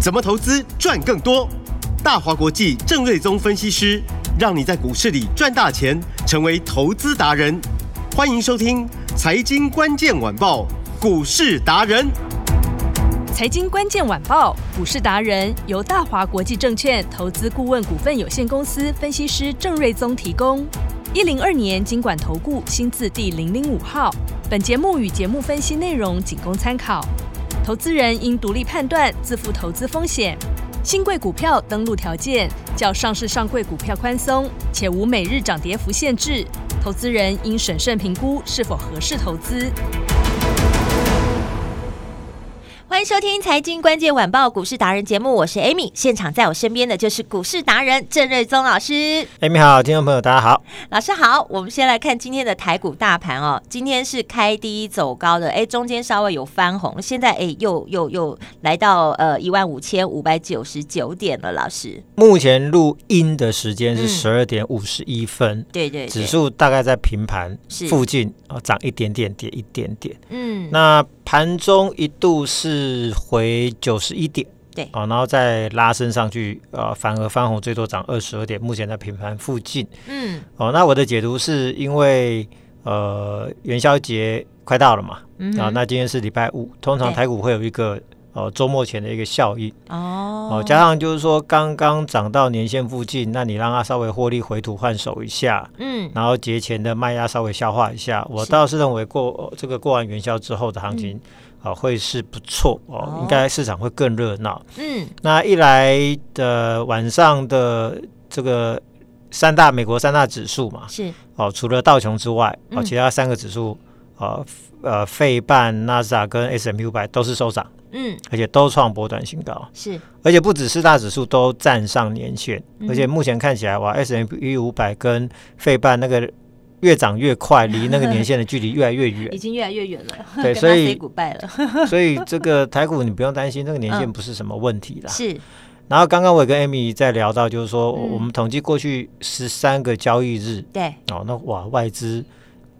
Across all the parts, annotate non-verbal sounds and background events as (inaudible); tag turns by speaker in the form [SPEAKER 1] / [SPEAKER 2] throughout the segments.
[SPEAKER 1] 怎么投资赚更多？大华国际郑瑞宗分析师让你在股市里赚大钱，成为投资达人。欢迎收听《财经关键晚报》股市达人。
[SPEAKER 2] 财经关键晚报股市达人由大华国际证券投资顾问股份有限公司分析师郑瑞宗提供。一零二年经管投顾新字第零零五号。本节目与节目分析内容仅供参考，投资人应独立判断，自负投资风险。新贵股票登录条件较上市上柜股票宽松，且无每日涨跌幅限制。投资人应审慎评估是否合适投资。
[SPEAKER 3] 欢迎收听《财经关键晚报》股市达人节目，我是 Amy。现场在我身边的就是股市达人郑瑞宗老师。
[SPEAKER 4] Amy 哎好，听众朋友大家好。
[SPEAKER 3] 老师好，我们先来看今天的台股大盘哦，今天是开低走高的，哎，中间稍微有翻红，现在哎又又又来到呃一万五千五百九十九点了。老师，
[SPEAKER 4] 目前录音的时间是
[SPEAKER 3] 嗯
[SPEAKER 4] 十二点五十一分，
[SPEAKER 3] 对对对，
[SPEAKER 4] 指数大概在平盘
[SPEAKER 3] 是
[SPEAKER 4] 附近啊，涨一点点，跌一点点。
[SPEAKER 3] 嗯，
[SPEAKER 4] 那盘中一度是回九十一点，
[SPEAKER 3] 对
[SPEAKER 4] 啊，然后再拉升上去，呃，反而翻红，最多涨二十二点，目前在平盘附近。
[SPEAKER 3] 嗯
[SPEAKER 4] 哦，那我的解读是因为呃元宵节快到了嘛，
[SPEAKER 3] 嗯
[SPEAKER 4] 啊，那今天是礼拜五，通常
[SPEAKER 3] 对
[SPEAKER 4] 台股会有一个呃周末前的一个效应。
[SPEAKER 3] 哦
[SPEAKER 4] 哦，加上就是说刚刚涨到年线附近，那你让它稍微获利回吐换手一下，
[SPEAKER 3] 嗯
[SPEAKER 4] 然后节前的卖压稍微消化一下，我
[SPEAKER 3] 是嗯
[SPEAKER 4] 倒是认为过、呃这个过完元宵之后的行情。啊、会是不错哦，
[SPEAKER 3] 哦
[SPEAKER 4] 应该市场会更热闹。
[SPEAKER 3] 嗯
[SPEAKER 4] 那一来的晚上的这个三大美国三大指数嘛，
[SPEAKER 3] 是
[SPEAKER 4] 哦，除了道琼之外，哦，
[SPEAKER 3] 嗯
[SPEAKER 4] 其他三个指数，呃呃，费半、纳斯达克跟 S M U 百都是收涨，
[SPEAKER 3] 嗯
[SPEAKER 4] 而且都创波段新高。
[SPEAKER 3] 是
[SPEAKER 4] 而且不止四大指数都站上年线，
[SPEAKER 3] 嗯
[SPEAKER 4] 而且目前看起来哇，S M P 五百跟费半那个越涨越快，离那个年线的距离越来越
[SPEAKER 3] 已 (laughs)
[SPEAKER 4] 远。
[SPEAKER 3] 经越来越远了，
[SPEAKER 4] 对，
[SPEAKER 3] 跟
[SPEAKER 4] 所
[SPEAKER 3] 他 say (laughs)
[SPEAKER 4] 以
[SPEAKER 3] goodbye 了，
[SPEAKER 4] (laughs) 所以这个台股你不用担心，那个年线
[SPEAKER 3] 嗯
[SPEAKER 4] 不是什么问题啦。
[SPEAKER 3] 是
[SPEAKER 4] 然后刚刚我也跟 Amy 在聊到，就是说
[SPEAKER 3] 嗯
[SPEAKER 4] 我们统计过去十三个交易日，
[SPEAKER 3] 对，
[SPEAKER 4] 哦，那哇外资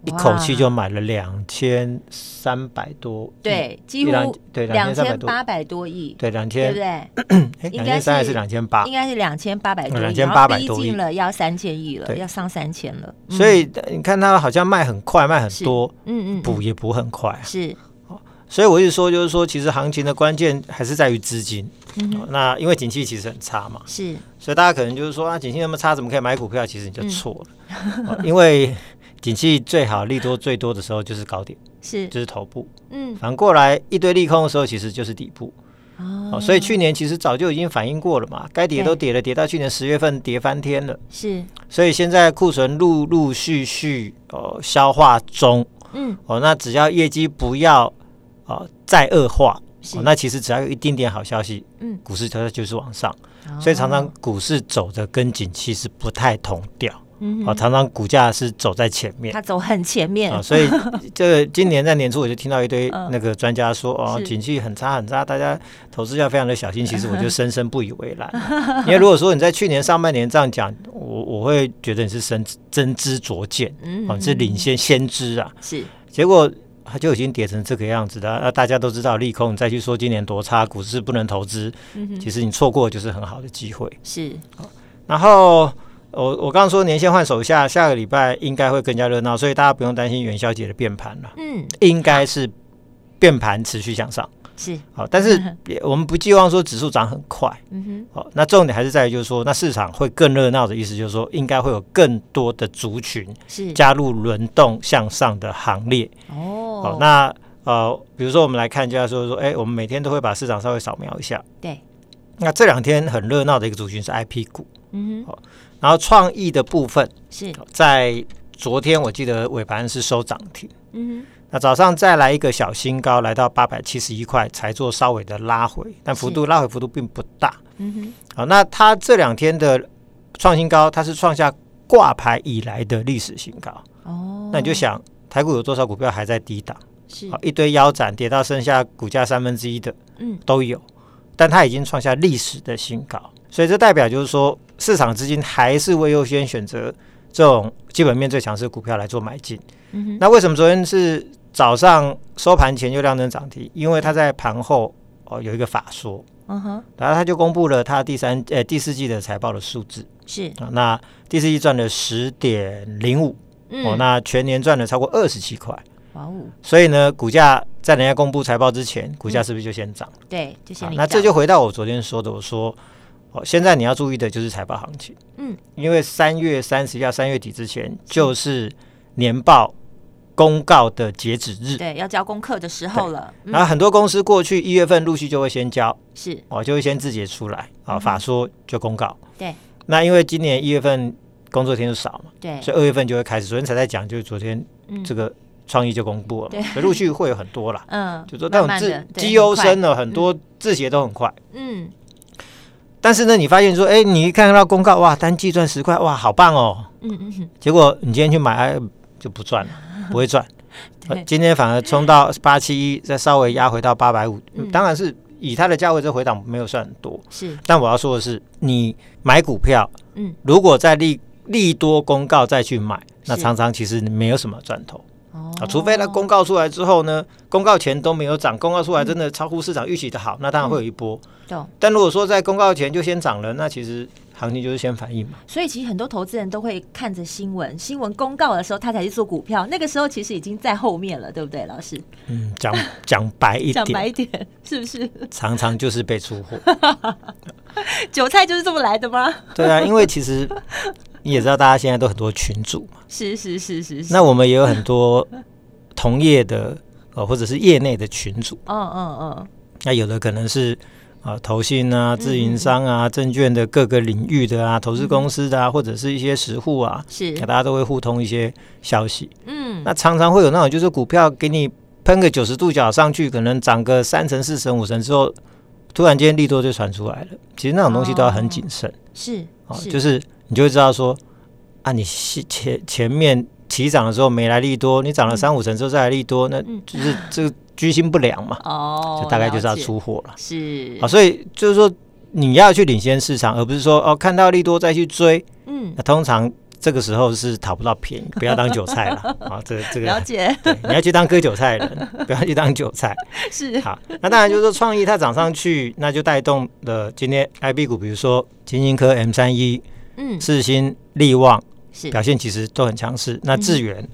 [SPEAKER 4] 一口气
[SPEAKER 3] 哇
[SPEAKER 4] 就买了两千三百多亿，
[SPEAKER 3] 对，几
[SPEAKER 4] 一
[SPEAKER 3] 乎
[SPEAKER 4] 嗯两对两
[SPEAKER 3] 两
[SPEAKER 4] 千三百
[SPEAKER 3] 千
[SPEAKER 4] 多，
[SPEAKER 3] 八百多亿，
[SPEAKER 4] 对两
[SPEAKER 3] 对
[SPEAKER 4] 千
[SPEAKER 3] 不对？应
[SPEAKER 4] 两
[SPEAKER 3] 该
[SPEAKER 4] 千三还是
[SPEAKER 3] 是
[SPEAKER 4] 两千八
[SPEAKER 3] 应？该是两千八百多亿，
[SPEAKER 4] 啊嗯2800
[SPEAKER 3] 然后逼
[SPEAKER 4] 多亿
[SPEAKER 3] 近了要三千亿了，
[SPEAKER 4] 对
[SPEAKER 3] 要上三千了。嗯
[SPEAKER 4] 所以呃你看它好像卖很快，卖很
[SPEAKER 3] 是
[SPEAKER 4] 多，
[SPEAKER 3] 嗯嗯，
[SPEAKER 4] 补也补很快啊。
[SPEAKER 3] 是
[SPEAKER 4] 所以我一直说，就是说，其实行情的关键还是在于资金。
[SPEAKER 3] 嗯
[SPEAKER 4] 哦那因为景气其实很差嘛，
[SPEAKER 3] 是
[SPEAKER 4] 所以大家可能就是说啊，景气那么差，怎么可以买股票？其实你
[SPEAKER 3] 嗯
[SPEAKER 4] 就错了，
[SPEAKER 3] (laughs)
[SPEAKER 4] 哦因为景气最好、利多最多的时候就是高点，
[SPEAKER 3] 是，
[SPEAKER 4] 就是头部；
[SPEAKER 3] 嗯
[SPEAKER 4] 反过来一堆利空的时候，其实就是底部。
[SPEAKER 3] 哦
[SPEAKER 4] 哦，所以去年其实早就已经反映过了嘛，该跌都跌了，跌到去年十月份跌翻天了。
[SPEAKER 3] 是
[SPEAKER 4] 所以现在库存陆陆续续呃消化中，
[SPEAKER 3] 嗯
[SPEAKER 4] 哦，那只要业绩不要呃再恶化，
[SPEAKER 3] 是
[SPEAKER 4] 哦，那其实只要有一丁点好消息，
[SPEAKER 3] 嗯哦
[SPEAKER 4] 股市它就是往上。所以常常股市走的跟景气是不太同调，
[SPEAKER 3] 嗯
[SPEAKER 4] 哦，
[SPEAKER 3] 哼
[SPEAKER 4] 常常股价是走在前面。
[SPEAKER 3] 他走很前 (laughs) 面
[SPEAKER 4] 啊、，所以这个今年在年初我就听到一堆
[SPEAKER 3] 嗯
[SPEAKER 4] 那个专家说，哦，
[SPEAKER 3] 是
[SPEAKER 4] 景气很差很差，大家投资要非常的小心。其实我
[SPEAKER 3] (laughs)
[SPEAKER 4] 就深深不以为然，啊因为如果说你在去年上半年这样讲，我我会觉得你是深真知灼见，
[SPEAKER 3] 嗯
[SPEAKER 4] 哦，你是领先先知啊。
[SPEAKER 3] 是
[SPEAKER 4] 结果它就已经跌成这个样子的，那大家都知道利空，你再去说今年多差，股市不能投资，
[SPEAKER 3] 嗯哼
[SPEAKER 4] 其实你错过就是很好的机会。
[SPEAKER 3] 是
[SPEAKER 4] 然后我我刚刚说年限换手下，下个礼拜应该会更加热闹，所以大家不用担心元宵节的变盘了，
[SPEAKER 3] 嗯
[SPEAKER 4] 应该是变盘持续向上。
[SPEAKER 3] 是
[SPEAKER 4] 好，
[SPEAKER 3] (laughs)
[SPEAKER 4] 但是也我们不寄望说指数涨很快。
[SPEAKER 3] 嗯哼
[SPEAKER 4] 好，那重点还是在于就是说，那市场会更热闹的意思就是说，应该会有更多的族群
[SPEAKER 3] 是
[SPEAKER 4] 加入轮动向上的行列。好、
[SPEAKER 3] 哦，
[SPEAKER 4] 那呃，比如说我们来看，就要说说，哎，我们每天都会把市场稍微扫描一下。
[SPEAKER 3] 对，
[SPEAKER 4] 那这两天很热闹的一个族群是 IP 股，
[SPEAKER 3] 嗯哼
[SPEAKER 4] 然后创意的部分。
[SPEAKER 3] 是
[SPEAKER 4] 在昨天我记得尾盘是收涨停，
[SPEAKER 3] 嗯
[SPEAKER 4] 那早上再来一个小新高，来到八百七十一块，才做稍微的拉回，但幅度拉回幅度并不大。
[SPEAKER 3] 哼嗯哼
[SPEAKER 4] 好，那它这两天的创新高，它是创下挂牌以来的历史新高。
[SPEAKER 3] 哦，
[SPEAKER 4] 那你就想，台股有多少股票还在低档？
[SPEAKER 3] 是
[SPEAKER 4] 好，一堆腰斩跌到剩下股价三分之一的
[SPEAKER 3] 嗯
[SPEAKER 4] 都有，但它已经创下历史的新高，所以这代表就是说，市场资金还是会优先选择这种基本面最强势的股票来做买进。
[SPEAKER 3] 嗯哼
[SPEAKER 4] 那为什么昨天是早上收盘前就亮灯涨停？因为它在盘后哦有一个法说，
[SPEAKER 3] 嗯哼，
[SPEAKER 4] 然后他就公布了他第三呃第四季的财报的数字
[SPEAKER 3] 是，
[SPEAKER 4] 啊，那第四季赚了十点零五，
[SPEAKER 3] 嗯，
[SPEAKER 4] 哦，那全年赚了超过二十七块，
[SPEAKER 3] 哇哦，
[SPEAKER 4] 所以呢，股价在人家公布财报之前，股价是不是就先涨？
[SPEAKER 3] 对，就嗯先
[SPEAKER 4] 啊
[SPEAKER 3] 领
[SPEAKER 4] 那这
[SPEAKER 3] 奖
[SPEAKER 4] 就回到我昨天说的，我说哦，现在你要注意的就是财报行情，
[SPEAKER 3] 嗯，
[SPEAKER 4] 因为三月三十一号、三月底之前就是年报公告的截止日，
[SPEAKER 3] 对嗯要交功课的时候了，
[SPEAKER 4] 然后很多公司过去一月份陆续就会先交，
[SPEAKER 3] 是
[SPEAKER 4] 哦，就会先自己出来啊，法说就公告。
[SPEAKER 3] 嗯对
[SPEAKER 4] 那因为今年一月份工作天数少嘛，
[SPEAKER 3] 对，
[SPEAKER 4] 所以二月份就会开始。昨天才在讲，就是昨天
[SPEAKER 3] 嗯
[SPEAKER 4] 这个创意就公布了
[SPEAKER 3] 对。
[SPEAKER 4] 嘛，所以陆续会有很多啦
[SPEAKER 3] 嗯，
[SPEAKER 4] 就说那
[SPEAKER 3] 慢
[SPEAKER 4] 种
[SPEAKER 3] 慢
[SPEAKER 4] 字
[SPEAKER 3] 的对
[SPEAKER 4] G
[SPEAKER 3] 很
[SPEAKER 4] O
[SPEAKER 3] 快
[SPEAKER 4] 生了很多字节都很快，
[SPEAKER 3] 嗯，
[SPEAKER 4] 但是呢，你发现说，哎，你一看到公告，哇，单季赚十块，哇，好棒哦。
[SPEAKER 3] 嗯嗯嗯，
[SPEAKER 4] 结果你今天去买，哎，就不赚了，不会赚。
[SPEAKER 3] (laughs)
[SPEAKER 4] 呃
[SPEAKER 3] 对，
[SPEAKER 4] 今天反而冲到八七一，再稍微压回到八百五
[SPEAKER 3] 嗯，
[SPEAKER 4] 当然是以它的价位，这回档没有算很多。
[SPEAKER 3] 是
[SPEAKER 4] 但我要说的是，你买股票，
[SPEAKER 3] 嗯，
[SPEAKER 4] 如果在利利多公告再去买，那
[SPEAKER 3] 是
[SPEAKER 4] 常常其实没有什么赚头
[SPEAKER 3] 哦
[SPEAKER 4] 啊。除非它公告出来之后呢，公告前都没有涨，公告出来真的超乎市场预期的好，那当然会有一波。
[SPEAKER 3] 嗯懂，
[SPEAKER 4] 但如果说在公告前就先涨了，那其实行情就是先反应
[SPEAKER 3] (laughs)
[SPEAKER 4] 嘛。
[SPEAKER 3] 所以其实很多投资人都会看着新闻，新闻公告的时候他才去做股票，那个时候其实已经在后面了，对不对，老师？
[SPEAKER 4] 嗯，讲讲白一
[SPEAKER 3] 讲白一
[SPEAKER 4] 点，
[SPEAKER 3] 点，是不是？ (laughs)
[SPEAKER 4] 常常就是被出货。
[SPEAKER 3] 韭菜就是这么来的吗？
[SPEAKER 4] 对啊，因为其实你也知道，大家现在都很多群主嘛，
[SPEAKER 3] 是是是是是，
[SPEAKER 4] 那我们也有很多同业的呃或者是业内的群主。
[SPEAKER 3] 嗯嗯
[SPEAKER 4] 那有的可能是啊，投信啊、自营商啊、证券的各个领域的啊、投资公司的啊，或者是一些实户啊，
[SPEAKER 3] 嗯是
[SPEAKER 4] 大家都会互通一些消息。
[SPEAKER 3] 嗯嗯，
[SPEAKER 4] 那常常会有那种就是股票给你喷个九十度角上去，可能涨个三成、四成、五成之后，突然间利多就传出来了。其实那种东西都要很谨慎
[SPEAKER 3] 是
[SPEAKER 4] 啊，
[SPEAKER 3] 哦是
[SPEAKER 4] 就是你就会知道说啊，你是前前面起涨的时候没来利多，你涨了三五成之后再来利多，那
[SPEAKER 3] 嗯
[SPEAKER 4] 就是这个居心不良嘛，
[SPEAKER 3] 哦，
[SPEAKER 4] 就大概就是要
[SPEAKER 3] 了解
[SPEAKER 4] 出货了。
[SPEAKER 3] 是
[SPEAKER 4] 啊，所以就是说你要去领先市场，而不是说哦看到利多再去追。
[SPEAKER 3] 嗯
[SPEAKER 4] 那、通常这个时候是讨不到便宜，不要当韭菜了
[SPEAKER 3] (laughs)
[SPEAKER 4] 啊。这这
[SPEAKER 3] 了
[SPEAKER 4] 个
[SPEAKER 3] 解
[SPEAKER 4] 对， (laughs) 你要去当割韭菜
[SPEAKER 3] (laughs)
[SPEAKER 4] 的人，不要去当韭菜。
[SPEAKER 3] 是
[SPEAKER 4] 好，那当然就是说创意它涨上去，那就带动了今天 IB 股，比如说金星科 M 三一、
[SPEAKER 3] 嗯
[SPEAKER 4] 世新、力旺
[SPEAKER 3] 是嗯
[SPEAKER 4] 表现其实都很强势。那智源，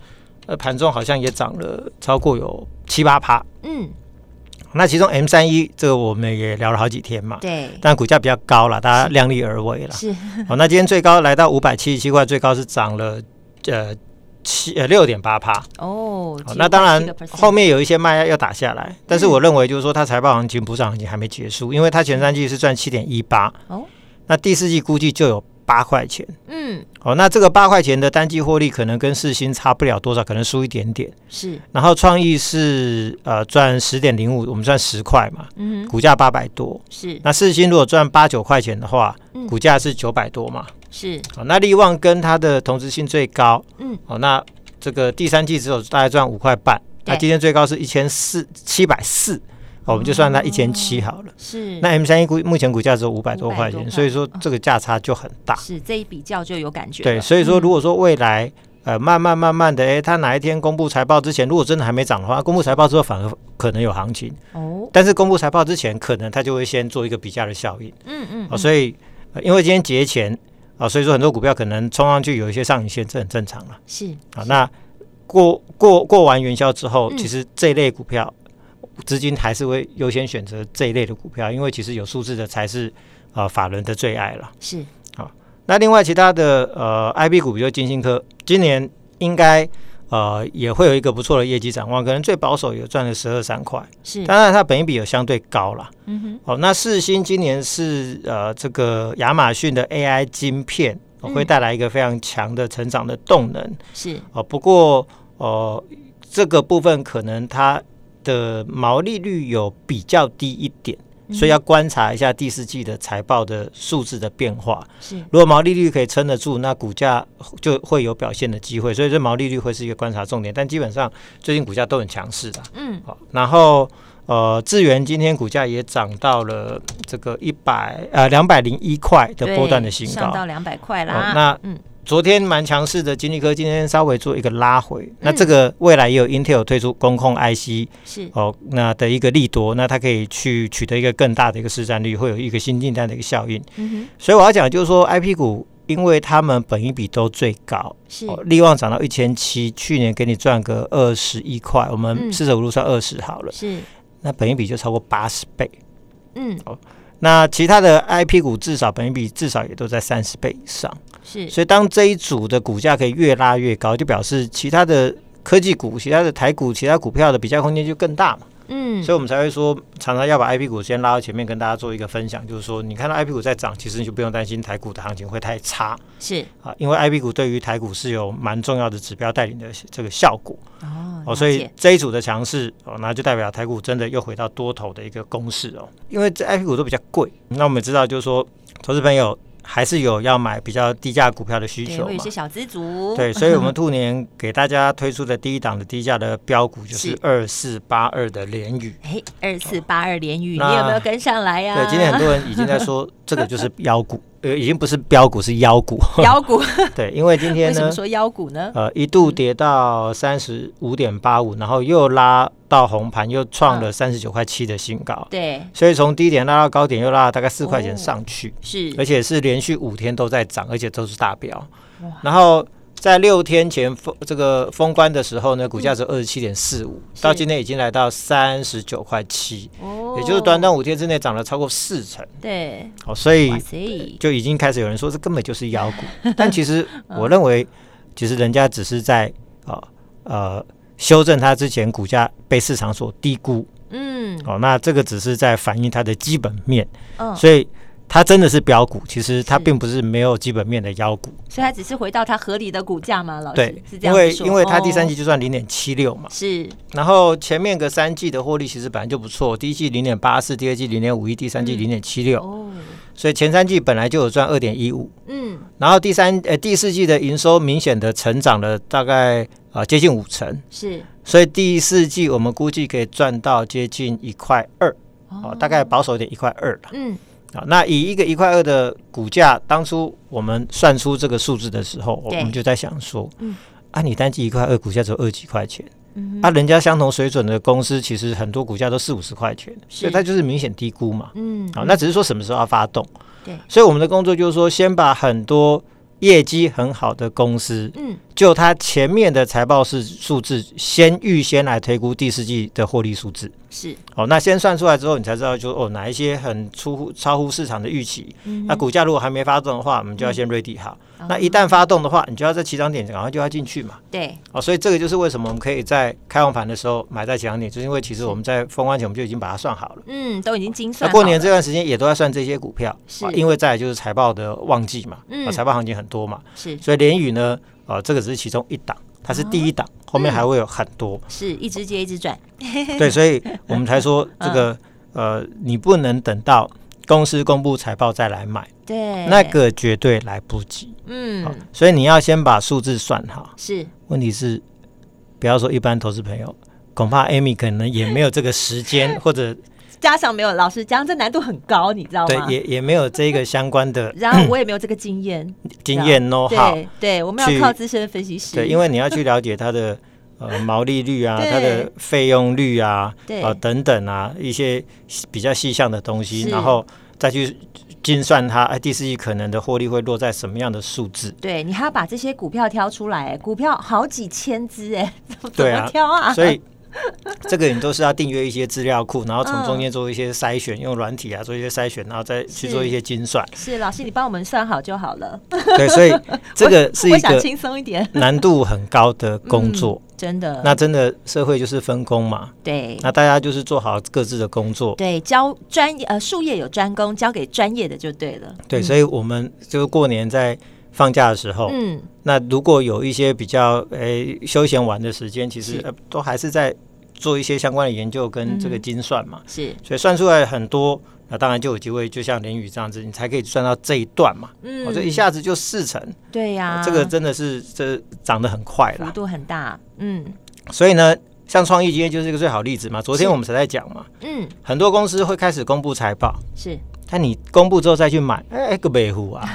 [SPEAKER 4] 呃，盘中好像也涨了超过有七八趴。
[SPEAKER 3] 嗯
[SPEAKER 4] 那其中 M 三一这个我们也聊了好几天嘛，
[SPEAKER 3] 对
[SPEAKER 4] 但股价比较高了，大家量力而为了。
[SPEAKER 3] 是
[SPEAKER 4] 好、那今天最高来到五百七十七块，最高是涨了呃七呃六点八趴。
[SPEAKER 3] 哦
[SPEAKER 4] 好，那当然
[SPEAKER 3] 7%
[SPEAKER 4] 后面有一些卖压要打下
[SPEAKER 3] 嗯
[SPEAKER 4] 来，但是我认为就是说它财报行情补涨行情还没结束，因为它前三季是赚七点一八，
[SPEAKER 3] 哦
[SPEAKER 4] 那第四季估计就有八块钱。
[SPEAKER 3] 嗯
[SPEAKER 4] 哦，那这个八块钱的单季获利可能跟世新差不了多少，可能输一点点。
[SPEAKER 3] 是
[SPEAKER 4] 然后创意是呃赚十点零五，我们赚十块嘛，
[SPEAKER 3] 嗯哼
[SPEAKER 4] 股价八百多。
[SPEAKER 3] 是
[SPEAKER 4] 那世新如果赚八九块钱的话
[SPEAKER 3] 嗯，
[SPEAKER 4] 股价是九百多嘛。
[SPEAKER 3] 是
[SPEAKER 4] 好，那利旺跟它的同质性最高，
[SPEAKER 3] 嗯，
[SPEAKER 4] 好，那这个第三季只有大概赚五块半，
[SPEAKER 3] 对
[SPEAKER 4] 那今天最高是一千四七百四，好我们就算它一千七
[SPEAKER 3] 哦
[SPEAKER 4] 好了。
[SPEAKER 3] 是
[SPEAKER 4] 那 M 三一股目前股价只有五百多
[SPEAKER 3] 嗯
[SPEAKER 4] 块
[SPEAKER 3] 500多块
[SPEAKER 4] 钱，所以说
[SPEAKER 3] 嗯
[SPEAKER 4] 这个价差就很大。
[SPEAKER 3] 是这一比较就有感觉
[SPEAKER 4] 对，
[SPEAKER 3] 了
[SPEAKER 4] 所以说
[SPEAKER 3] 嗯
[SPEAKER 4] 如果说未来呃慢慢慢慢的，诶，它哪一天公布财报之前，如果真的还没涨的话，啊公布财报之后反而可能有行情，
[SPEAKER 3] 哦
[SPEAKER 4] 但是公布财报之前，可能它就会先做一个比价的效应。
[SPEAKER 3] 嗯嗯
[SPEAKER 4] 啊，所以、呃因为今天节前啊，所以说很多股票可能冲上去有一些上影线，这很正常了
[SPEAKER 3] 嗯是
[SPEAKER 4] 啊。那过过过完元宵之后，
[SPEAKER 3] 嗯
[SPEAKER 4] 其实这一类股票资金还是会优先选择这一类的股票，因为其实有数字的才是啊法人的最爱了。
[SPEAKER 3] 是
[SPEAKER 4] 那另外其他的呃 IB 股，比如金星科，今年应该。呃，也会有一个不错的业绩展望，可能最保守有赚了十二三块，
[SPEAKER 3] 是
[SPEAKER 4] 当然它本益比有相对高啦，
[SPEAKER 3] 嗯哼
[SPEAKER 4] 哦，那世新今年是呃这个亚马逊的 AI 晶片、哦
[SPEAKER 3] 嗯
[SPEAKER 4] 会带来一个非常强的成长的动能
[SPEAKER 3] 是
[SPEAKER 4] 哦。不过哦、呃这个部分可能它的毛利率有比较低一点，
[SPEAKER 3] 嗯
[SPEAKER 4] 所以要观察一下第四季的财报的数字的变化。
[SPEAKER 3] 是
[SPEAKER 4] 如果毛利率可以撑得住，那股价就会有表现的机会。所以这毛利率会是一个观察重点，但基本上最近股价都很强势的。
[SPEAKER 3] 嗯
[SPEAKER 4] 好，然后呃，智源今天股价也涨到了这个一百呃两百零一块的波段的新
[SPEAKER 3] 对上
[SPEAKER 4] 高。
[SPEAKER 3] 到两百块
[SPEAKER 4] 哦
[SPEAKER 3] 啦
[SPEAKER 4] 那
[SPEAKER 3] 嗯
[SPEAKER 4] 昨天蛮强势的金立科，今天稍微做一个拉回。那这个未来也有 Intel 推出工控 IC
[SPEAKER 3] 是
[SPEAKER 4] 哦，那的一个利多，那它可以去取得一个更大的一个市占率，会有一个新订单的一个效应。
[SPEAKER 3] 嗯
[SPEAKER 4] 所以我要讲的就是说，IP 股因为他们本益比都最高，
[SPEAKER 3] 哼，是
[SPEAKER 4] 哦，利旺涨到一千七，去年给你赚个二十一块，我们
[SPEAKER 3] 嗯
[SPEAKER 4] 四舍五入算二十好了，
[SPEAKER 3] 是，
[SPEAKER 4] 那本益比就超过八十倍。
[SPEAKER 3] 嗯
[SPEAKER 4] 那其他的 IP 股至少本益比至少也都在三十倍以上，
[SPEAKER 3] 是
[SPEAKER 4] 所以当这一组的股价可以越拉越高，就表示其他的科技股、其他的台股、其他股票的比较空间就更大嘛。
[SPEAKER 3] 嗯
[SPEAKER 4] 所以我们才会说，常常要把 IP 股先拉到前面跟大家做一个分享，就是说你看到 IP 股在涨，其实你就不用担心台股的行情会太差
[SPEAKER 3] 是
[SPEAKER 4] 啊，因为 IP 股对于台股是有蛮重要的指标带领的这个效果。
[SPEAKER 3] 哦
[SPEAKER 4] 哦，所
[SPEAKER 3] 了
[SPEAKER 4] 以
[SPEAKER 3] 解
[SPEAKER 4] 这一组的强势哦，那就代表台股真的又回到多头的一个攻势哦。因为这 IP 股都比较贵，那我们知道就是说，投资朋友还是有要买比较低价股票的需
[SPEAKER 3] 对
[SPEAKER 4] 求
[SPEAKER 3] 我有
[SPEAKER 4] 嘛
[SPEAKER 3] 些。小资族，
[SPEAKER 4] 对，所以
[SPEAKER 3] (laughs)
[SPEAKER 4] 我们兔年给大家推出的第一档的低价的标股就是是二四八二的联宇。
[SPEAKER 3] 哎，二四八二连雨，你
[SPEAKER 4] 哦那
[SPEAKER 3] 有没有跟上来啊呀、
[SPEAKER 4] 对，今天很多人已经在说这个
[SPEAKER 3] (laughs)
[SPEAKER 4] 就是妖股，呃，已经不是标股是妖股。
[SPEAKER 3] (laughs)
[SPEAKER 4] (laughs)
[SPEAKER 3] 妖股，
[SPEAKER 4] 对，因为今
[SPEAKER 3] 为
[SPEAKER 4] 天
[SPEAKER 3] 什么
[SPEAKER 4] 呢，
[SPEAKER 3] 说妖股呢？
[SPEAKER 4] 呃，一
[SPEAKER 3] 嗯
[SPEAKER 4] 度跌到三十五点八五，然后又拉到红盘，又创
[SPEAKER 3] 嗯
[SPEAKER 4] 了三十九块七的新高。
[SPEAKER 3] 对，
[SPEAKER 4] 所以从低点拉到高点，又拉了大概四块
[SPEAKER 3] 哦
[SPEAKER 4] 钱上去，
[SPEAKER 3] 是
[SPEAKER 4] 而且是连续五天都在涨，而且都是大标
[SPEAKER 3] 哇。
[SPEAKER 4] 然后在六天前封这个封关的时候呢，股价是二十七点四五，到
[SPEAKER 3] 是
[SPEAKER 4] 今天已经来到三十九块七，
[SPEAKER 3] 哦
[SPEAKER 4] 也就是短短五天之内涨了超过四成。
[SPEAKER 3] 对，
[SPEAKER 4] 哦，所以
[SPEAKER 3] 哇塞，
[SPEAKER 4] 就已经开始有人说这根本就是妖
[SPEAKER 3] (laughs)
[SPEAKER 4] 股，但其实
[SPEAKER 3] 嗯
[SPEAKER 4] 我认为，其实人家只是在啊呃修正它之前股价被市场所低估
[SPEAKER 3] 嗯
[SPEAKER 4] 哦，那这个只是在反映它的基本面，
[SPEAKER 3] 嗯，所
[SPEAKER 4] 所以它真的是标股，其实它
[SPEAKER 3] 是
[SPEAKER 4] 并不是没有基本面的妖股，
[SPEAKER 3] 以它只是回到它合理的股价嘛，老师
[SPEAKER 4] 对
[SPEAKER 3] 哦是，这
[SPEAKER 4] 因
[SPEAKER 3] 样
[SPEAKER 4] 为
[SPEAKER 3] 子说
[SPEAKER 4] 因为它第三季
[SPEAKER 3] 哦
[SPEAKER 4] 就算零点七六嘛，
[SPEAKER 3] 是
[SPEAKER 4] 然后前面个三季的获利其实本来就不错，第一季零点八四，第二季零点五一，第
[SPEAKER 3] 嗯
[SPEAKER 4] 三季零点七六，
[SPEAKER 3] 哦，
[SPEAKER 4] 所以前三季本来就有赚二点一五。
[SPEAKER 3] 嗯
[SPEAKER 4] 然后第三呃第四季的营收明显的成长了大概啊、呃接近五成，
[SPEAKER 3] 是
[SPEAKER 4] 所以第四季我们估计可以赚到接近一块二，哦，大概保守一点一块二了。
[SPEAKER 3] 嗯
[SPEAKER 4] 啊，那以一个一块二的股价，当初我们算出这个数字的时候，我
[SPEAKER 3] 对
[SPEAKER 4] 们就在想说，
[SPEAKER 3] 嗯
[SPEAKER 4] 啊，你单季一块二，股价只有二几块钱，
[SPEAKER 3] 嗯
[SPEAKER 4] 啊，人家相同水准的公司，其实很多股价都四五十块钱，所以它就是明显低估嘛。
[SPEAKER 3] 嗯
[SPEAKER 4] 好，那只是说什么时候要发动。
[SPEAKER 3] 对
[SPEAKER 4] 所以我们的工作就是说，先把很多业绩很好的公司，
[SPEAKER 3] 嗯
[SPEAKER 4] 就它前面的财报是数字，先预先来推估第四季的获利数字。
[SPEAKER 3] 是
[SPEAKER 4] 哦，那先算出来之后，你才知道就哦哪一些很出乎超乎市场的预期。
[SPEAKER 3] 嗯哦
[SPEAKER 4] 那股价如果还没发动的话，我们就要先 ready 好。那一旦发动的话，你就要在起涨点赶快就要进去嘛。
[SPEAKER 3] 对
[SPEAKER 4] 哦，所以这个就是为什么我们可以在开红盘的时候买在起涨点，就是因为其实我们在封关前我们就已经把它算好了。
[SPEAKER 3] 嗯都已经精算
[SPEAKER 4] 那
[SPEAKER 3] 好
[SPEAKER 4] 过年
[SPEAKER 3] 了
[SPEAKER 4] 这段时间也都在算这些股票，
[SPEAKER 3] 是
[SPEAKER 4] 啊因为再来就是财报的旺季嘛，
[SPEAKER 3] 嗯
[SPEAKER 4] 啊，财报行情很多嘛，
[SPEAKER 3] 是
[SPEAKER 4] 所以联宇呢，啊，这个只是其中一档，它是第一档，
[SPEAKER 3] 哦
[SPEAKER 4] 后面还会有很多，
[SPEAKER 3] 是一只接一只转，嗯
[SPEAKER 4] 对，所以我们
[SPEAKER 3] (laughs)
[SPEAKER 4] 才说这个，呃，你不能等到公司公布财报再来买，
[SPEAKER 3] 对
[SPEAKER 4] 那个绝对来不及，啊
[SPEAKER 3] 哎嗯
[SPEAKER 4] 所以你要先把数字算好。
[SPEAKER 3] 是
[SPEAKER 4] 问题是，不要说一般投资朋友。恐怕 Amy 可能也没有这个时
[SPEAKER 3] (laughs)
[SPEAKER 4] 间，或者
[SPEAKER 3] 加上没有老师讲这难度很高，你知道
[SPEAKER 4] 对
[SPEAKER 3] 吗？
[SPEAKER 4] 也也没有这个相关的
[SPEAKER 3] 然后我也没有这个经验，
[SPEAKER 4] 经
[SPEAKER 3] (laughs)
[SPEAKER 4] 验 know how，
[SPEAKER 3] 对对，我们要
[SPEAKER 4] 哦去
[SPEAKER 3] 靠资深分析师，
[SPEAKER 4] 对，因为你要去了解它的
[SPEAKER 3] (laughs)
[SPEAKER 4] 呃毛利率啊，
[SPEAKER 3] 对
[SPEAKER 4] 它的费用率啊，
[SPEAKER 3] 对
[SPEAKER 4] 呃等等啊一些细比较细项的东西，
[SPEAKER 3] 是
[SPEAKER 4] 然后再去精算它哎第四季可能的获利会落在什么样的数字。
[SPEAKER 3] 对你还要把这些股票挑出来，股票好几千只哎， (laughs) 怎么怎
[SPEAKER 4] 对
[SPEAKER 3] 么挑啊？
[SPEAKER 4] 所以这个你都是要订阅一些资料库，然后从
[SPEAKER 3] 嗯
[SPEAKER 4] 中间做一些筛选，用软体啊做一些筛选，然后再去
[SPEAKER 3] 是
[SPEAKER 4] 做一些精算。
[SPEAKER 3] 是老师，你帮我们算好就好了。
[SPEAKER 4] 对，所以
[SPEAKER 3] (laughs)
[SPEAKER 4] 这个是
[SPEAKER 3] 我
[SPEAKER 4] 一
[SPEAKER 3] 想
[SPEAKER 4] 个
[SPEAKER 3] 轻松一点。
[SPEAKER 4] 难度很高的工作。
[SPEAKER 3] 真的，
[SPEAKER 4] 那真的社会就是分工嘛，
[SPEAKER 3] 对
[SPEAKER 4] 那大家就是做好各自的工作。
[SPEAKER 3] 对教专业呃术业有专攻，交给专业的就对了。
[SPEAKER 4] 对，所以我们就是过年在放假的时候，
[SPEAKER 3] 嗯，
[SPEAKER 4] 那如果有一些比较诶、休闲玩的时间，其实
[SPEAKER 3] 是、
[SPEAKER 4] 呃、都还是在做一些相关的研究
[SPEAKER 3] 嗯
[SPEAKER 4] 跟
[SPEAKER 3] 哼
[SPEAKER 4] 这个精算嘛，
[SPEAKER 3] 是
[SPEAKER 4] 所以算出来很多，那当然就有机会，就像林宇这样子，你才可以算到这一段嘛。
[SPEAKER 3] 嗯啊
[SPEAKER 4] 我、这一下子就四成，
[SPEAKER 3] 对呀、
[SPEAKER 4] 这个真的是这涨得很快
[SPEAKER 3] 幅
[SPEAKER 4] 啦。
[SPEAKER 3] 度很大。嗯
[SPEAKER 4] 所以呢，像创意今天就是一个最好例子嘛。昨天
[SPEAKER 3] 是
[SPEAKER 4] 我们才在讲嘛，
[SPEAKER 3] 嗯，
[SPEAKER 4] 很多公司会开始公布财报，
[SPEAKER 3] 是
[SPEAKER 4] 但你公布之后再去买，哎，个北
[SPEAKER 3] (laughs)
[SPEAKER 4] 湖啊，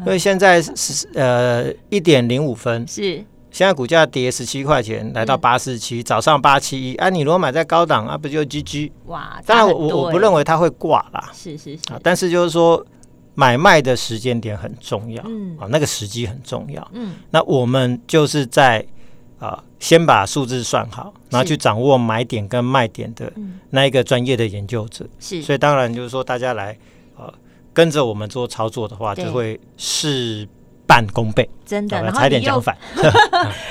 [SPEAKER 4] 因为现在是呃一点零五分，
[SPEAKER 3] 是
[SPEAKER 4] 现在股价跌十七块钱，来到
[SPEAKER 3] 嗯
[SPEAKER 4] 八四七，早上八七一，啊，你如果买在高档啊，不就 GG？
[SPEAKER 3] 哇，
[SPEAKER 4] 当然我，
[SPEAKER 3] 差很多
[SPEAKER 4] 我我
[SPEAKER 3] 欸
[SPEAKER 4] 不认为它会挂啦，
[SPEAKER 3] 是是是
[SPEAKER 4] 啊，，但是就是说买卖的时间点很重要，
[SPEAKER 3] 嗯
[SPEAKER 4] 啊，那个时机很重要。
[SPEAKER 3] 嗯，
[SPEAKER 4] 那我们就是在啊，先把数字算好，然后
[SPEAKER 3] 是
[SPEAKER 4] 去掌握买点跟卖点的
[SPEAKER 3] 嗯
[SPEAKER 4] 那一个专业的研究者。
[SPEAKER 3] 是
[SPEAKER 4] 所以当然就是说，大家来呃跟着我们做操作的话，
[SPEAKER 3] 对
[SPEAKER 4] 就会事半功倍。
[SPEAKER 3] 真的。
[SPEAKER 4] 好吧
[SPEAKER 3] 然后
[SPEAKER 4] 差一点
[SPEAKER 3] 你
[SPEAKER 4] 讲
[SPEAKER 3] 又
[SPEAKER 4] 反，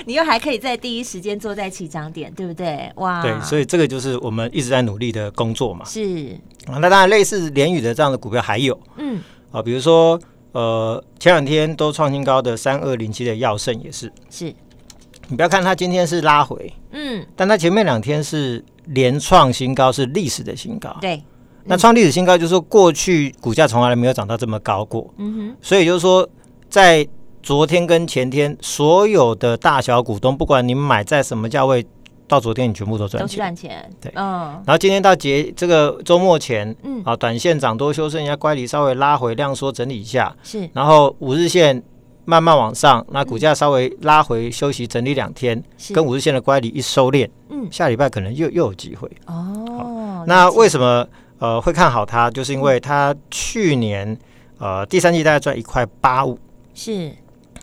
[SPEAKER 3] 你又还可以在第一时间坐在起涨点，对不对？哇，
[SPEAKER 4] 对，所
[SPEAKER 3] 以
[SPEAKER 4] 以这个就是我们一直在努力的工作嘛。
[SPEAKER 3] 是
[SPEAKER 4] 啊那当然，类似联宇的这样的股票还有
[SPEAKER 3] 嗯
[SPEAKER 4] 啊，比如说呃前两天都创新高的三二零七的药盛也是，
[SPEAKER 3] 是
[SPEAKER 4] 你不要看它今天是拉回，
[SPEAKER 3] 嗯
[SPEAKER 4] 但它前面两天是连创新高，是历史的新高。
[SPEAKER 3] 对
[SPEAKER 4] 那创历史新高就是说过去股价从来没有涨到这么高过。
[SPEAKER 3] 嗯哼
[SPEAKER 4] 所以就是说，在昨天跟前天，所有的大小股东，不管你买在什么价位，到昨天你全部都赚
[SPEAKER 3] 都是
[SPEAKER 4] 钱。
[SPEAKER 3] 赚钱
[SPEAKER 4] 对
[SPEAKER 3] 嗯
[SPEAKER 4] 然后今天到节这个周末前，
[SPEAKER 3] 嗯
[SPEAKER 4] 啊，短线涨多修正一下，乖离稍微拉回量缩整理一下，
[SPEAKER 3] 是
[SPEAKER 4] 然后五日线慢慢往上，那股价稍微拉回休息整理两天，
[SPEAKER 3] 是
[SPEAKER 4] 跟五日线的乖离一收敛，
[SPEAKER 3] 嗯
[SPEAKER 4] 下礼拜可能又又有机会。
[SPEAKER 3] 哦
[SPEAKER 4] 那为
[SPEAKER 3] 什
[SPEAKER 4] 什么呃会看好它？就是因为它去年呃第三季大概赚一块八五，
[SPEAKER 3] 是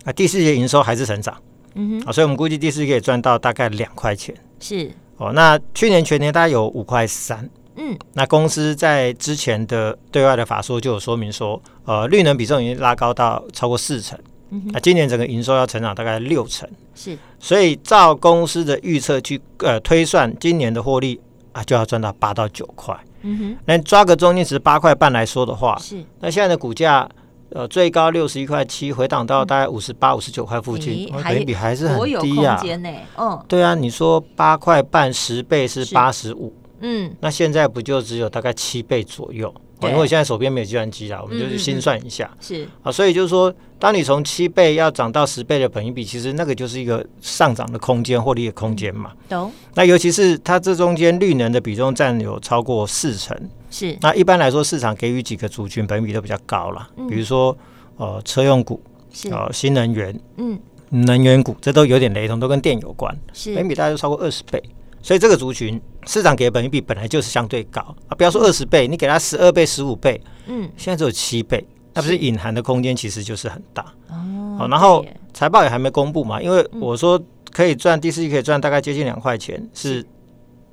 [SPEAKER 4] 啊，第四季营收还是成长。
[SPEAKER 3] 嗯哼
[SPEAKER 4] 啊，所以我们估计第四季可以赚到大概两块钱
[SPEAKER 3] 是
[SPEAKER 4] 哦。那去年全年大概有五块三。
[SPEAKER 3] 嗯
[SPEAKER 4] 那公司在之前的对外的法说就有说明说，呃，绿能比重已经拉高到超过四成，
[SPEAKER 3] 嗯哼
[SPEAKER 4] 那、今年整个营收要成长大概六成，
[SPEAKER 3] 是
[SPEAKER 4] 所以照公司的预测去呃推算，今年的获利啊就要赚到八到九块。
[SPEAKER 3] 嗯
[SPEAKER 4] 那抓个中间值八块半来说的话
[SPEAKER 3] 哼，是
[SPEAKER 4] 那现在的股价呃最高六十一块七，回档到大概五十八、五十九块附近，
[SPEAKER 3] 咦
[SPEAKER 4] 哦
[SPEAKER 3] 还
[SPEAKER 4] 等于比还是很
[SPEAKER 3] 我有
[SPEAKER 4] 低啊
[SPEAKER 3] 空
[SPEAKER 4] 呀、
[SPEAKER 3] 间呢嗯
[SPEAKER 4] 对啊，你说八块半十倍是
[SPEAKER 3] 是
[SPEAKER 4] 八十五，
[SPEAKER 3] 嗯
[SPEAKER 4] 那现在不就只有大概七倍左右？哦
[SPEAKER 3] 对
[SPEAKER 4] 因为我现在手边没有计算机啦，我们就
[SPEAKER 3] 嗯嗯
[SPEAKER 4] 是
[SPEAKER 3] 嗯
[SPEAKER 4] 心算一下、
[SPEAKER 3] 是
[SPEAKER 4] 啊。所以就是说，当你从七倍要涨到十倍的本益比，其实那个就是一个上涨的空间，获利的空间嘛。
[SPEAKER 3] 懂
[SPEAKER 4] 那尤其是它这中间绿能的比重占有超过四成，
[SPEAKER 3] 是
[SPEAKER 4] 那一般来说市场给予几个族群本益比都比较高啦，
[SPEAKER 3] 嗯
[SPEAKER 4] 比如说呃车用股、
[SPEAKER 3] 是
[SPEAKER 4] 呃新能源、
[SPEAKER 3] 嗯
[SPEAKER 4] 能源股，这都有点雷同，都跟电有关。本益
[SPEAKER 3] 是
[SPEAKER 4] 比大概就超过二十倍，所以这个族群市场给的本益比本来就是相对高啊，不要说二十倍，你给它十二倍、十五倍，
[SPEAKER 3] 嗯
[SPEAKER 4] 现在只有七倍，那不是隐含的空间其实就是很大。
[SPEAKER 3] 哦嗯
[SPEAKER 4] 好、然后
[SPEAKER 3] 对耶
[SPEAKER 4] 财报也还没公布嘛，因为我说可以赚第四季可以赚大概接近两块钱，是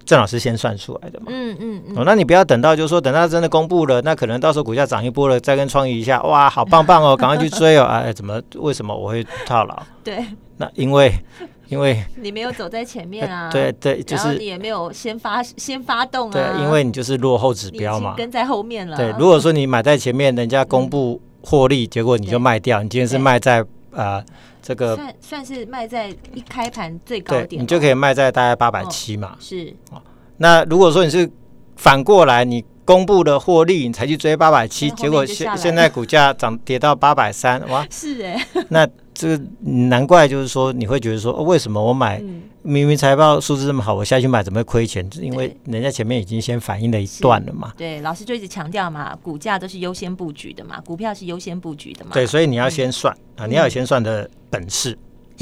[SPEAKER 4] 郑老师先算出来的嘛。
[SPEAKER 3] 嗯嗯
[SPEAKER 4] 哦，
[SPEAKER 3] 嗯
[SPEAKER 4] 那你不要等到就是说等到真的公布了，那可能到时候股价涨一波了，再跟创意一下，哇，好棒棒哦，赶快去追哦！哎，怎么为什么我会套牢？
[SPEAKER 3] 对
[SPEAKER 4] 那因为因为、
[SPEAKER 3] 你没有走在前面啊
[SPEAKER 4] (laughs) 对对，就
[SPEAKER 3] 然后
[SPEAKER 4] 是
[SPEAKER 3] 你也没有先发先发动啊，
[SPEAKER 4] 对，因为你就是落后指
[SPEAKER 3] 你已经
[SPEAKER 4] 标嘛。
[SPEAKER 3] 跟啊在后面了。
[SPEAKER 4] 对，如果说你买在前面，人家公布获利，结果你
[SPEAKER 3] 对
[SPEAKER 4] 就卖掉，你今天是
[SPEAKER 3] 对
[SPEAKER 4] 卖在呃这个，
[SPEAKER 3] 啊算算是卖在一开盘最高
[SPEAKER 4] 对
[SPEAKER 3] 点嘛，
[SPEAKER 4] 你就可以卖在大概八百
[SPEAKER 3] 哦
[SPEAKER 4] 七嘛。
[SPEAKER 3] 是
[SPEAKER 4] 那如果说你是反过来，你公布了获利，你才去追八百七，
[SPEAKER 3] 那后面
[SPEAKER 4] 结果
[SPEAKER 3] 就下来
[SPEAKER 4] 现
[SPEAKER 3] 了，
[SPEAKER 4] 现在股价涨跌到八百三，哇
[SPEAKER 3] (laughs) 是哎，
[SPEAKER 4] 那这个难怪就是说你会觉得说，哦为什么我买
[SPEAKER 3] 嗯，
[SPEAKER 4] 明明财报数字这么好，我下去买怎么会亏钱？就是因为
[SPEAKER 3] 对
[SPEAKER 4] 人家前面已经先反映了一
[SPEAKER 3] 是
[SPEAKER 4] 段了嘛。
[SPEAKER 3] 对，老师就一直强调嘛，股价都是优先布局的嘛，股票是优先布局的嘛，嗯
[SPEAKER 4] 对，所以你要先算、啊，你要有先算的本事。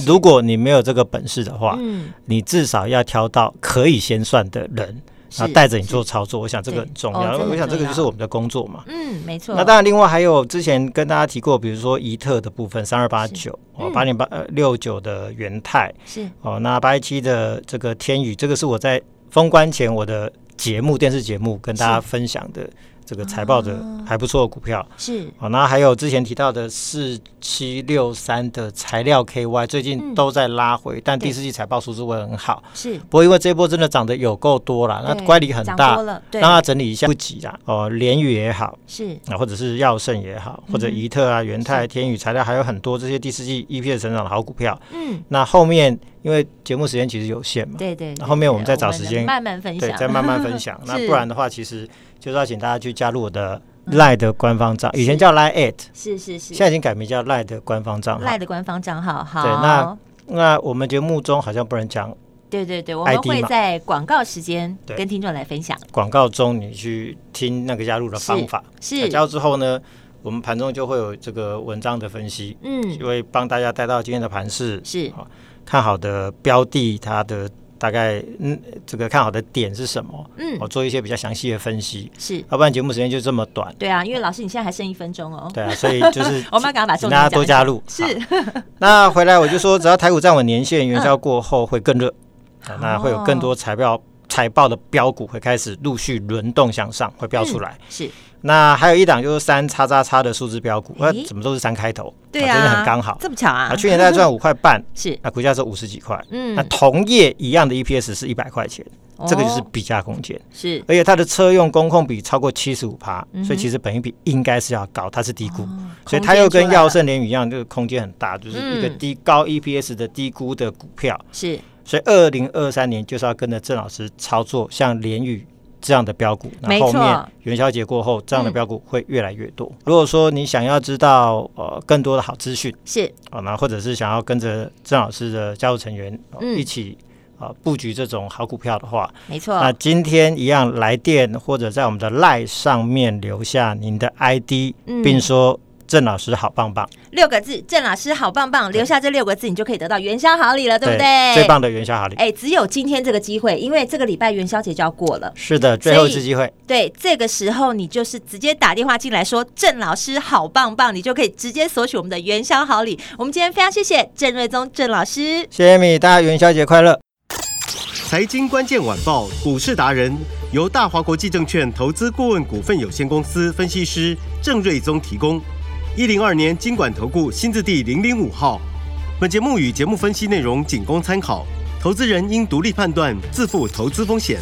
[SPEAKER 4] 如果你没有这个本事的话，
[SPEAKER 3] 嗯，
[SPEAKER 4] 你至少要挑到可以先算的人，
[SPEAKER 3] 是
[SPEAKER 4] 然后带着你做操作。我想这个
[SPEAKER 3] 对
[SPEAKER 4] 很重
[SPEAKER 3] 哦
[SPEAKER 4] 要，
[SPEAKER 3] 这
[SPEAKER 4] 我
[SPEAKER 3] 很
[SPEAKER 4] 想这
[SPEAKER 3] 重
[SPEAKER 4] 个
[SPEAKER 3] 要
[SPEAKER 4] 就是我们的工作嘛。
[SPEAKER 3] 嗯，没错，
[SPEAKER 4] 那当然，另外还有之前跟大家提过，比如说怡特的部分，三二八九哦，
[SPEAKER 3] 嗯
[SPEAKER 4] 八零八呃六九的元泰
[SPEAKER 3] 是
[SPEAKER 4] 哦，那八一七的这个天宇，这个是我在封关前我的节目电视节目跟大家分享的这个财报的
[SPEAKER 3] 哦
[SPEAKER 4] 还不错的股票。
[SPEAKER 3] 是
[SPEAKER 4] 好、那还有之前提到的四七六三的材料 KY，最近
[SPEAKER 3] 嗯
[SPEAKER 4] 都在拉回，但
[SPEAKER 3] 对
[SPEAKER 4] 第四季财报数字会很好。
[SPEAKER 3] 是，
[SPEAKER 4] 不过因为这一波真的涨得有够多了，那
[SPEAKER 3] 对
[SPEAKER 4] 乖离很
[SPEAKER 3] 涨
[SPEAKER 4] 大
[SPEAKER 3] 多，了，对
[SPEAKER 4] 让，它整理一下不急啦。哦，联宇也好，
[SPEAKER 3] 是
[SPEAKER 4] 啊，或者是药盛也好，或者
[SPEAKER 3] 嗯哼
[SPEAKER 4] 怡特啊、元
[SPEAKER 3] 是
[SPEAKER 4] 泰、天宇材料，还有很多这些第四季 EPS 成长的好股票。
[SPEAKER 3] 嗯，
[SPEAKER 4] 那后面因为节目时间其实有限嘛，
[SPEAKER 3] 对对，对
[SPEAKER 4] 后面我们
[SPEAKER 3] 对
[SPEAKER 4] 再找
[SPEAKER 3] 能
[SPEAKER 4] 时间
[SPEAKER 3] 慢慢分
[SPEAKER 4] 对，
[SPEAKER 3] 享，。
[SPEAKER 4] 再慢慢分享
[SPEAKER 3] (laughs)
[SPEAKER 4] 那
[SPEAKER 3] 是
[SPEAKER 4] 不然的话，其实就是要请大家去加入我的 Line 的官方账，以前叫 Line at。
[SPEAKER 3] 是是是
[SPEAKER 4] 现，在已经改名叫赖的官方账号
[SPEAKER 3] 赖。的官方账号，好，
[SPEAKER 4] 对那那我们节目中好像不能讲
[SPEAKER 3] 对对对，我们
[SPEAKER 4] ID
[SPEAKER 3] 会
[SPEAKER 4] 嘛
[SPEAKER 3] 在广告时间
[SPEAKER 4] 对
[SPEAKER 3] 跟听众来分享。
[SPEAKER 4] 广告中你去听那个加入的方法。
[SPEAKER 3] 是
[SPEAKER 4] 加入之后呢，我们盘中就会有这个文章的分析，
[SPEAKER 3] 嗯，
[SPEAKER 4] 就会帮大家带到今天的盘市，
[SPEAKER 3] 是
[SPEAKER 4] 好看好的标的，它的大概嗯这个看好的点是什么，
[SPEAKER 3] 嗯
[SPEAKER 4] 我做一些比较详细的分析。
[SPEAKER 3] 是，
[SPEAKER 4] 要不然节目时间就这么短，
[SPEAKER 3] 对啊，因为老师你现在还剩一分钟哦。
[SPEAKER 4] 对啊，所以就是
[SPEAKER 3] (laughs) 我们要赶快把重
[SPEAKER 4] 请
[SPEAKER 3] 点
[SPEAKER 4] 大
[SPEAKER 3] 讲
[SPEAKER 4] 家多
[SPEAKER 3] 一下
[SPEAKER 4] 加入。
[SPEAKER 3] 是
[SPEAKER 4] 好，那回来我就说，只要台股站稳年线，元宵过后会更热，
[SPEAKER 3] 嗯
[SPEAKER 4] 啊那会有更多财报财报的标股会开始陆续轮动向上，会标出来。
[SPEAKER 3] 嗯是
[SPEAKER 4] 那还有一档就是三叉叉叉的数字标股，那、呃
[SPEAKER 3] 诶
[SPEAKER 4] 怎么都是三开头，
[SPEAKER 3] 对
[SPEAKER 4] 真
[SPEAKER 3] 啊，
[SPEAKER 4] 的很刚好。
[SPEAKER 3] 这么巧啊
[SPEAKER 4] 啊，！去年大概赚五块半，
[SPEAKER 3] 是
[SPEAKER 4] 那股价是五十几块。
[SPEAKER 3] 嗯
[SPEAKER 4] 那同业一样的 EPS 是一百块钱，这个就是
[SPEAKER 3] 哦
[SPEAKER 4] 比价空间，
[SPEAKER 3] 是
[SPEAKER 4] 而且它的车用工控比超过七十五趴，
[SPEAKER 3] 嗯哼
[SPEAKER 4] 所以其实本益比应该是要高，它是低估，
[SPEAKER 3] 哦
[SPEAKER 4] 所以
[SPEAKER 3] 空
[SPEAKER 4] 它
[SPEAKER 3] 间
[SPEAKER 4] 又
[SPEAKER 3] 出
[SPEAKER 4] 跟
[SPEAKER 3] 来
[SPEAKER 4] 耀
[SPEAKER 3] 了
[SPEAKER 4] 盛联宇一样，就是空间很大，就是一个
[SPEAKER 3] 嗯
[SPEAKER 4] 低高 EPS 的低估的股票，
[SPEAKER 3] 是
[SPEAKER 4] 所以二零二三年就是要跟着郑老师操作像联宇这样的标股，那
[SPEAKER 3] 没
[SPEAKER 4] 后
[SPEAKER 3] 错
[SPEAKER 4] 面元宵节过后，这样的
[SPEAKER 3] 嗯
[SPEAKER 4] 标股会越来越多。如果说你想要知道呃更多的好资讯，
[SPEAKER 3] 是
[SPEAKER 4] 啊，那或者是想要跟着郑老师的加入成员、哦
[SPEAKER 3] 嗯
[SPEAKER 4] 一起啊、布局这种好股票的话，
[SPEAKER 3] 没
[SPEAKER 4] 那
[SPEAKER 3] 错，
[SPEAKER 4] 今天一样来电或者在我们的 LINE 上面留下您的 ID，、
[SPEAKER 3] 嗯
[SPEAKER 4] 并说郑老师好棒棒，
[SPEAKER 3] 六个字，郑老师好棒棒，留下这六个字，你就可以得到元宵好礼了，对不对？
[SPEAKER 4] 最！棒的元宵好礼，
[SPEAKER 3] 哎，只有今天这个机会，因为这个礼拜元宵节就要过了。
[SPEAKER 4] 是的，最后一
[SPEAKER 3] 所
[SPEAKER 4] 次
[SPEAKER 3] 以
[SPEAKER 4] 机会，
[SPEAKER 3] 对，这个时候你就是直接打电话进来说“郑老师好棒棒”，你就可以直接索取我们的元宵好礼。我们今天非常谢谢郑瑞宗郑老师。
[SPEAKER 4] 谢谢米，大家元宵节快乐。
[SPEAKER 1] 财经关键晚报股市达人由大华国际证券投资顾问股份有限公司分析师郑瑞宗提供。一零二年经管投顾新字第零零五号。本节目与节目分析内容仅供参考，投资人应独立判断，自负投资风险。